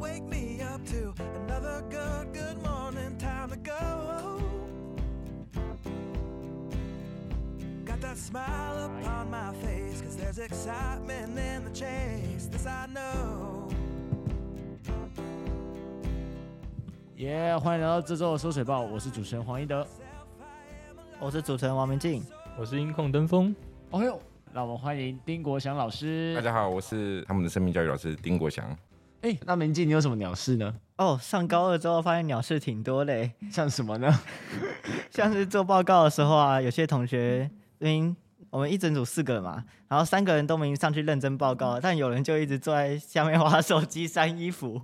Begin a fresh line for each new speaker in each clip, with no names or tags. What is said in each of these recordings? wake me up to another good, good morning, time to go. Got that smile upon my face, cause there's excitement in the chase, this I know.
耶欢迎来到这周的收水报，我是主持人黄一德。
我是主持人王明静，
我是音控登峰，
哦呦，让我们欢迎丁国祥老师。
大家好，我是他们的生命教育老师丁国祥。
哎、那明静，你有什么鸟事呢？
哦，上高二之后发现鸟事挺多嘞，
像什么呢？
像是做报告的时候啊，有些同学因为我们一整组四个人嘛，然后三个人都没上去认真报告，但有人就一直坐在下面划手机、删 衣服，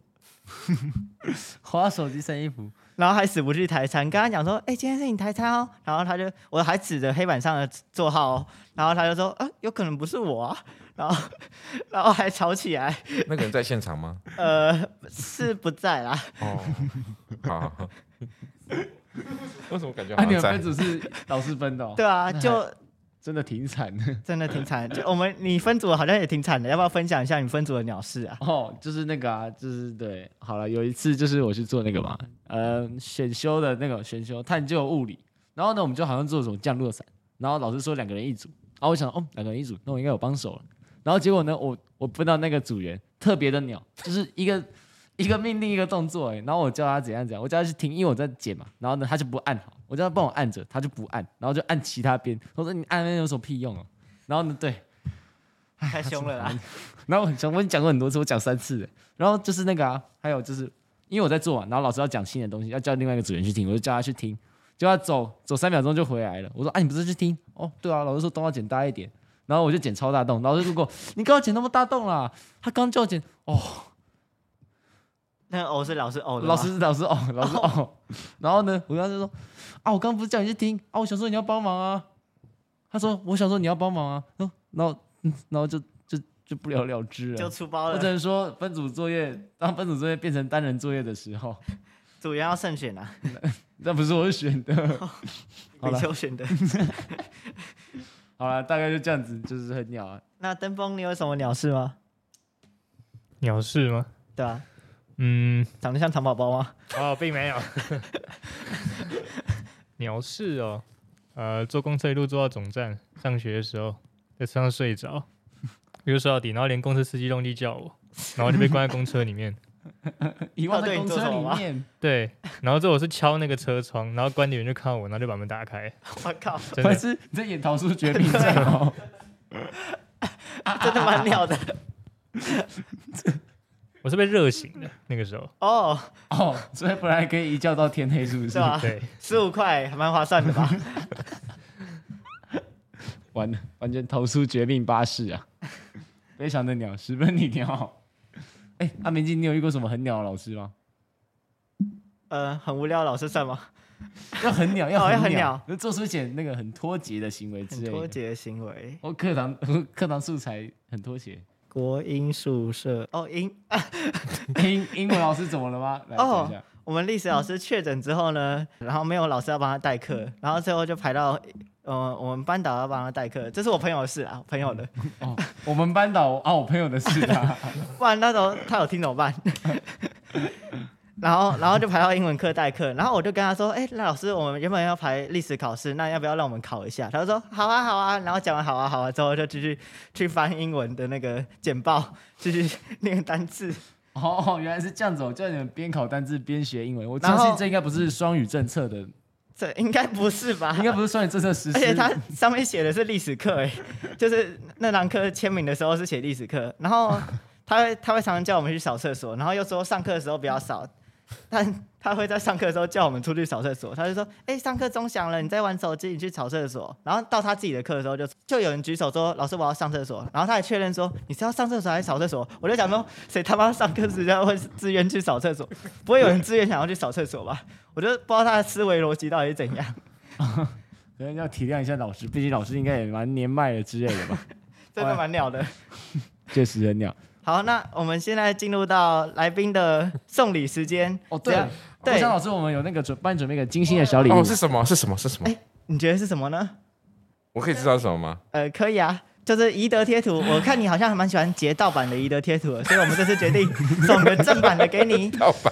花手机晒衣服，
然后还死不去抬餐。跟他讲说：“哎、今天是你抬餐哦。”然后他就，我还指着黑板上的座号、哦，然后他就说：“啊，有可能不是我啊。”然后， 然后还吵起来。
那个人在现场吗？
呃，是不在啦，
哦， 好好，好为什么感觉好
啊，你们
像在？
分组是老师分的、哦，
对啊，
那还
就
真的挺惨的。
真的挺惨，就我们你分组好像也挺惨的，要不要分享一下你分组的鸟事 啊？
哦，就是那个啊，就是对，好了，有一次就是我去做那个嘛，呃，选修的那个选修探究物理，然后呢，我们就好像做什么降落伞，然后老师说两个人一组，然后我想哦，两个人一组，那我应该有帮手了，然后结果呢，我我分到那个组员特别的鸟，就是一个一个命令一个动作、欸，然后我叫他怎样怎样，我叫他去停，因为我在剪嘛，然后呢他就不按好，我叫他帮我按着，他就不按，然后就按其他边，我说你按那有什么屁用哦、然后呢，对，
太凶了啦！
然后我很想，我已经讲过很多次，我讲三次了。然后就是那个啊，还有就是因为我在做嘛，然后老师要讲新的东西，要叫另外一个组员去听，我就叫他去听，就他走走三秒钟就回来了。我说啊，你不是去听？哦，对啊，老师说洞要剪大一点，然后我就剪超大洞，老师就跟我你刚刚剪那么大洞啦，他刚叫我剪哦，
那个哦是老师哦的吗，
老师老师哦，老师哦，然后呢，我跟他就说啊，我刚刚不是叫你去听啊，我想说你要帮忙啊，他说我想说你要帮忙啊，然后然后嗯然后就就就不了了之了，
就出包
我只
了，
能说，分组作业当分组作业变成单人作业的时候，
组员要慎选啊，
那不是我选 的。好
你
了
就选的。
好了，大概就这样子，就是很鸟 啊。
那登峰，你有什么鸟事吗？
鸟事吗？
对啊，
嗯，
长得像糖宝宝吗？
哦，并 没有。鸟事哦，呃，坐公车一路坐到总站，上学的时候在车上睡着，又睡到底，然后连公车司机动力叫我，然后就被关在公车里 面。
遗忘在公车里面，
对，然后这我是敲那个车窗，然后管理员就看到我，然后就把门打开，
我靠，
真
还
的
是你在演《逃出绝命镇》哦？
真的蛮鸟的
我是被热醒的，那个时候，
哦，
哦，所以本来可以一觉到天黑，是不是
是？啊吧？
对，
十五块还蛮划算的吧？
完了，完全逃出绝命巴士啊！非常的鸟，十分你鸟。哎、阿明静，你有遇过什么很鸟的老师吗？
呃，很无聊，老师算吗？
要很鸟，
哦要
很
很鸟，
就做出一些那个很脱节的行为之
很
类的。
脱节的行为。
哦，课堂 课堂素材很脱节。
国英宿舍哦，英
英 英文老师怎么了吗？来
哦
讲一下。
我们历史老师确诊之后呢，然后没有老师要帮他代课，然后最后就排到，呃，我们班导要帮他代课，这是我朋友的事啊，我朋友的，
哦，我们班导啊，我朋友的事啊。
不然那时候他有听怎么办？然后，然后就排到英文课代课，然后我就跟他说：“哎、那老师，我们原本要排历史考试，那要不要让我们考一下？”他就说：“好啊，好啊。”然后讲完“好啊，好啊”之后，就继续去翻英文的那个简报，继续念单字。
哦，原来是这样子哦，叫你们边考单字边学英文。我
然
相
后
信这应该不是双语政 策的，应
这应该不是吧？
该不是双语政策实施。
而且它上面写的是历史课，哎，就是那堂课签名的时候是写历史课，然后他会他会常常叫我们去扫厕所，然后又说上课的时候不要扫，但他会在上课的时候叫我们出去扫厕所，他就说，哎、上课钟响了，你在玩手机，你去扫厕所。然后到他自己的课的时候就，就有人举手说，老师我要上厕所，然后他还确认说你是要上厕所还是扫厕所，我就想说，谁他妈上课时间会自愿去扫厕所？不会有人自愿想要去扫厕所吧？我就不知道他的思维逻辑到底是怎样。
可能要体谅一下老师，毕竟老师应该也蛮年迈了之类的吧。
真的蛮鸟的。
确实很鸟。
好，那我们现在进入到来宾的送礼时间。
哦，对了，
对哦
郭翔老师，我们有那个准帮你准备一个精心的小礼物。
哎
哦，是什么？是什么？是什么？
你觉得是什么呢？
我可以知道是什么吗？
呃，可以啊，就是宜德 贴图，我看你好像还蛮喜欢截盗版的宜德贴图的，所以我们这次决定送个正版的 给你。
盗版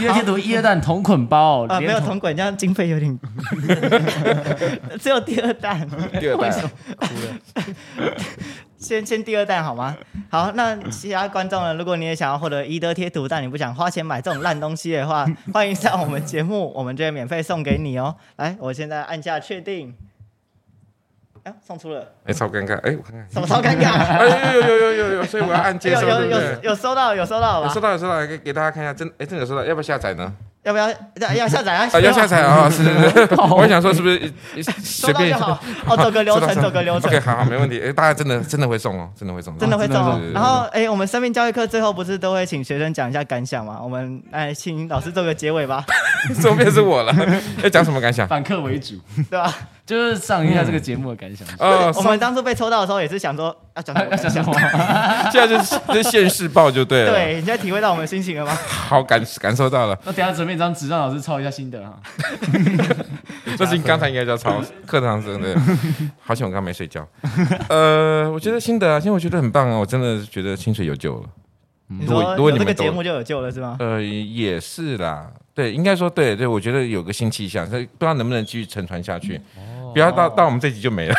一二贴图一二弹同捆包，
啊，哦没有
连
同滚，这样经费 有点， 只有第二弹，
第二代啊，
先 先第二弹好吗？好，那其他观众呢？如果你也想要获得宜德贴图，但你不想花钱买这种烂东西的话， 欢迎上我们节目，我们就会免费送给你哦。来，我现在按下确定，哎、送出了，
哎，超尴尬，哎，我看看，
什么超尴尬？
哎，有有有有有，所以我要按接
有
收，对
有
不对哎
有？有收到有收到
有收
吧？
到有收到，给给大家看一下，真哎真的有收到，要不要下载呢？
要不要要 要下载啊？
啊，要下载啊，是是 是，我想说是不是一一
收
随
到
便
就好。哦，走个 流程，走个流程
OK，。好好，没问题。哎，大家真的真的会送哦，真的会送哦，
真的会中
真的
哦
会。中
然后，哎，我们生命教育课最后不是都会请学生讲一下感想吗？我们哎，请老师做个结尾吧，
怎么变是我了？要讲什么感想？
反客为主，
对吧？
就是上一下这个节目的感想。
哦，
我
送哎
们当初被抽到的时候也是想说要讲什 么感
现
想，
在就是这现世报就对了，，
对，你现在体会到我们的心情了吗？
好感感受到了。
那等一下准备一张纸，让老师抄一下心得 哈。
这是你刚才应该叫抄课堂真的，好险我刚没睡觉。呃，我觉得心得啊，现在我觉得很棒啊，我真的觉得清水有救了。
你
嗯如果
说
如果
有
你
这个
们
节
都
目就有救了是吗？
呃也是啦，对，应该说对对，我觉得有个新气象，所以不知道能不能继续沉船下去，不要到到我们这集就没了。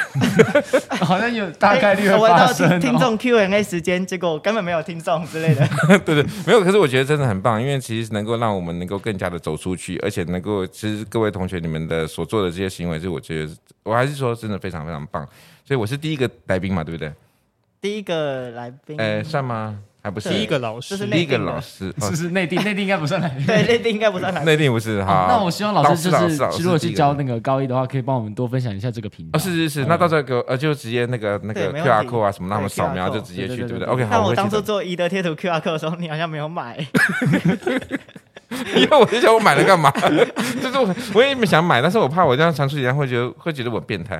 好像有大概率
哎
会
我
发
到
生
听
哦。
听众 Q&A 时间，结果根本没有听众之类的。
对对，没有。可是我觉得真的很棒，因为其实能够让我们能够更加的走出去，而且能够，其实各位同学你们的所做的这些行为，是我觉得我还是说真的非常非常棒。所以我是第一个来宾嘛，对不对？
第一个来宾，
呃，算吗？还不是
对
第一个老
嗯这是
师，
第一
内
个
定的
老师， 哦
是是内地，内地应该不算来 宾。
对，那应该不算来宾。
内定不是
哦
哈。
那我希望老师
老
就
师老师
是，如果
第一
去
个
教那个高一的话，可以帮我们多分享一下这个频
哦，
道。
是是是，那到时候给我呃，就直接那个那
嗯对
个
没
QR
问题
code 啊什么，让我们
对
扫描
QR
就
code
直接去，
对对
对不对
对
？OK，
对
好，
但
我
我
会去
当初
的。
做宜德贴图 QR code 的时候，你好像没有买。
因为我就想我买了干嘛？ 就是我我也没想买，但是我怕我这样传出去，人家会觉得会觉得我变态。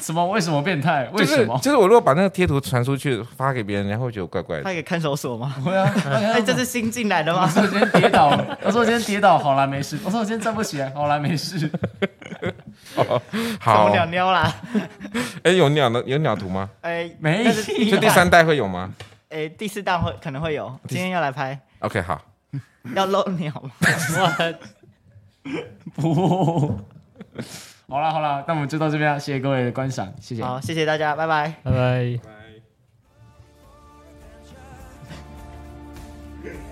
什么？为什么变态？为
就
什
是
么？
就是我如果把那个贴图传出去发给别人，人家会觉得我怪怪的
他。给看守所 吗？
会啊！
哎，
哎，
这
这
是新进来的吗
我？说我今天跌倒，我说我今天跌倒，好啦，没事。我说我今天站不起来，好啦，没 事。
什么
哎
好，
鸟鸟啦？
哎，有鸟的有鸟图吗？
哎，
没
但是第一
就第
代
三代会有吗
诶，第四弹会可能会有，今天要来拍，
？OK，好，
要露鸟吗？
不，好啦好啦，那我们就到这边啊，谢谢各位的观赏，谢谢。
好，谢谢大家，拜拜。
拜拜。
Adventure.